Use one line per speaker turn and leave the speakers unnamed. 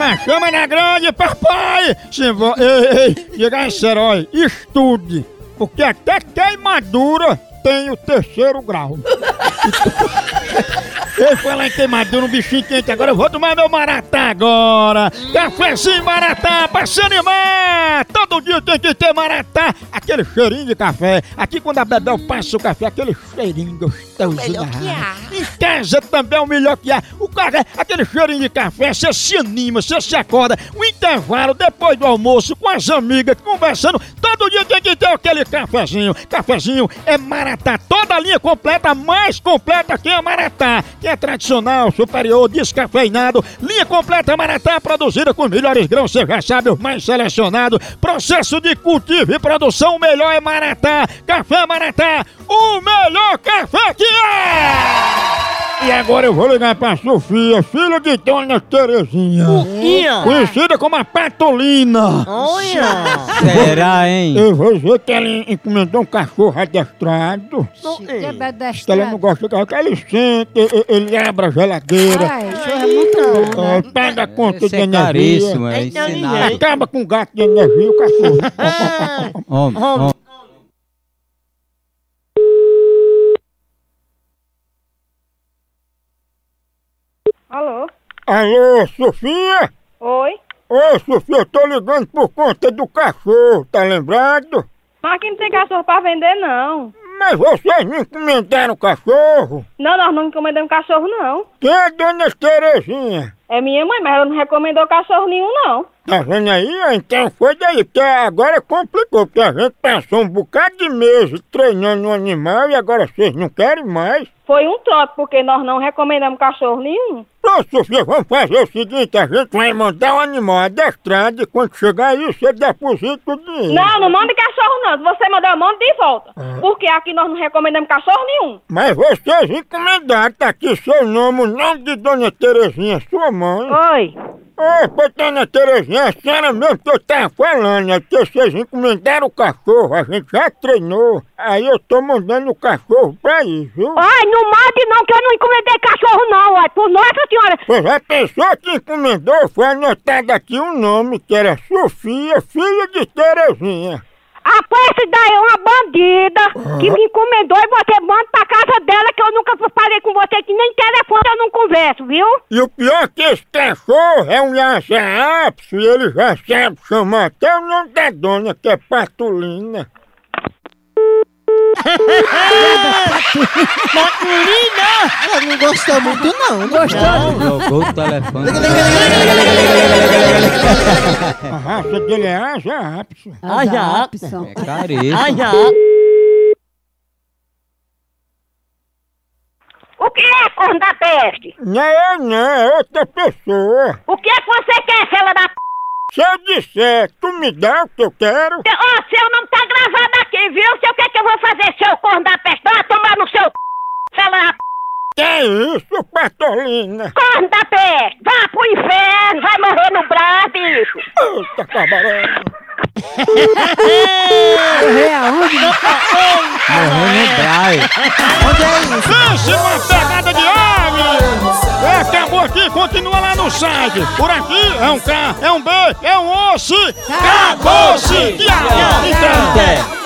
a chama na grande, papai! Se vo... Ei, ei, diga a esse herói, estude, porque até queimadura tem o terceiro grau. Eu falei em queimadura, um bichinho quente agora. Eu vou tomar meu maratá agora. Cafézinho maratá, pra se animar. Todo dia tem que ter maratá. Aquele cheirinho de café. Aqui quando a Bebel passa o café, aquele cheirinho gostoso.
Melhor
da
que
água.
há.
Em casa também é o melhor que há. O café, aquele cheirinho de café, você se anima, você se acorda. O intervalo, depois do almoço, com as amigas, conversando. Todo dia tem que ter aquele cafezinho. Cafezinho é Maratá. Toda a linha completa, a mais completa que é Maratá. Que é tradicional, superior, descafeinado. Linha completa Maratá, produzida com os melhores grãos, você já sabe, os mais selecionados. Processo de cultivo e produção, o melhor é Maratá. Café Maratá, o melhor café que é! E agora eu vou ligar pra Sofia, filha de Dona Terezinha. Conhecida como a Patolina.
Olha!
Será, hein?
Eu vou dizer que ela encomendou um cachorro adestrado.
Que é
Que ela não gosta de que ele senta, e- e- ele abre a geladeira,
Ai,
eh, pega a conta de
Isso é
energia.
caríssimo, é
Então,
ensinado.
Acaba com o gato de energia, o cachorro.
é,
Homem, homem.
Alô?
Alô, Sofia?
Oi?
Ô, Sofia, eu tô ligando por conta do cachorro, tá lembrado?
Mas aqui não tem cachorro pra vender, não.
Mas vocês me encomendaram o cachorro?
Não, nós não encomendamos cachorro, não.
Quem é Dona Terezinha?
É minha mãe, mas ela não recomendou cachorro nenhum, não.
Tá vendo aí? Então foi daí, porque agora complicou, porque a gente passou um bocado de meses treinando um animal e agora vocês não querem mais.
Foi um trote, porque nós não recomendamos cachorro nenhum.
Pronto, Sofia, vamos fazer o seguinte, a gente vai mandar um animal adestrado e quando chegar aí você deposita o dinheiro.
Não, não manda cachorro, não. Se você mandar, eu mando de volta. Porque aqui nós não recomendamos cachorro nenhum.
Mas vocês encomendaram, tá aqui seu nome, o nome de Dona Terezinha, sua mãe.
Oi?
Ô, pô, Dona Terezinha, É, a senhora mesmo que eu tava falando, é que vocês encomendaram o cachorro, a gente já treinou, aí eu tô mandando o cachorro pra aí, viu?
Ai, não mate não, que eu não encomendei cachorro, não. Ai, por nossa senhora.
Pois a pessoa que encomendou foi anotada aqui um nome, que era Sofia, filha de Terezinha.
A posse daí é uma bandida que me encomendou e você manda pra casa dela que eu nunca falei com você, que nem telefone eu não converso, viu?
E o pior é que esse cachorro é um Lhasa apso e ele já sabe chamar até o nome da dona, que é Patulina.
Ela é, não gostou muito, não. né?
Jogou o telefone.
A raça dele é Lhasa apso.
Ah, já.
É caríssimo.
O que é corno da peste?
Não é eu não, é outra pessoa.
O que é que você quer, fela da p...
Se eu disser, tu me dá o que eu quero,
Ó, seu nome tá gravado aqui, viu? Seu que é que eu vou fazer, seu corno da peste? Vai tomar no seu p... fela da p...
que é isso, Patolina?
corno da peste! Vá pro inferno, vai morrer no braço, bicho!
Puta cabaré.
Morreu no braio. é
Pense uma pegada de ave! É, acabou aqui, continua lá no site. Por aqui é um K, é um B, é um osso. Acabou-se! Tchau, tchau, tchau.
Até.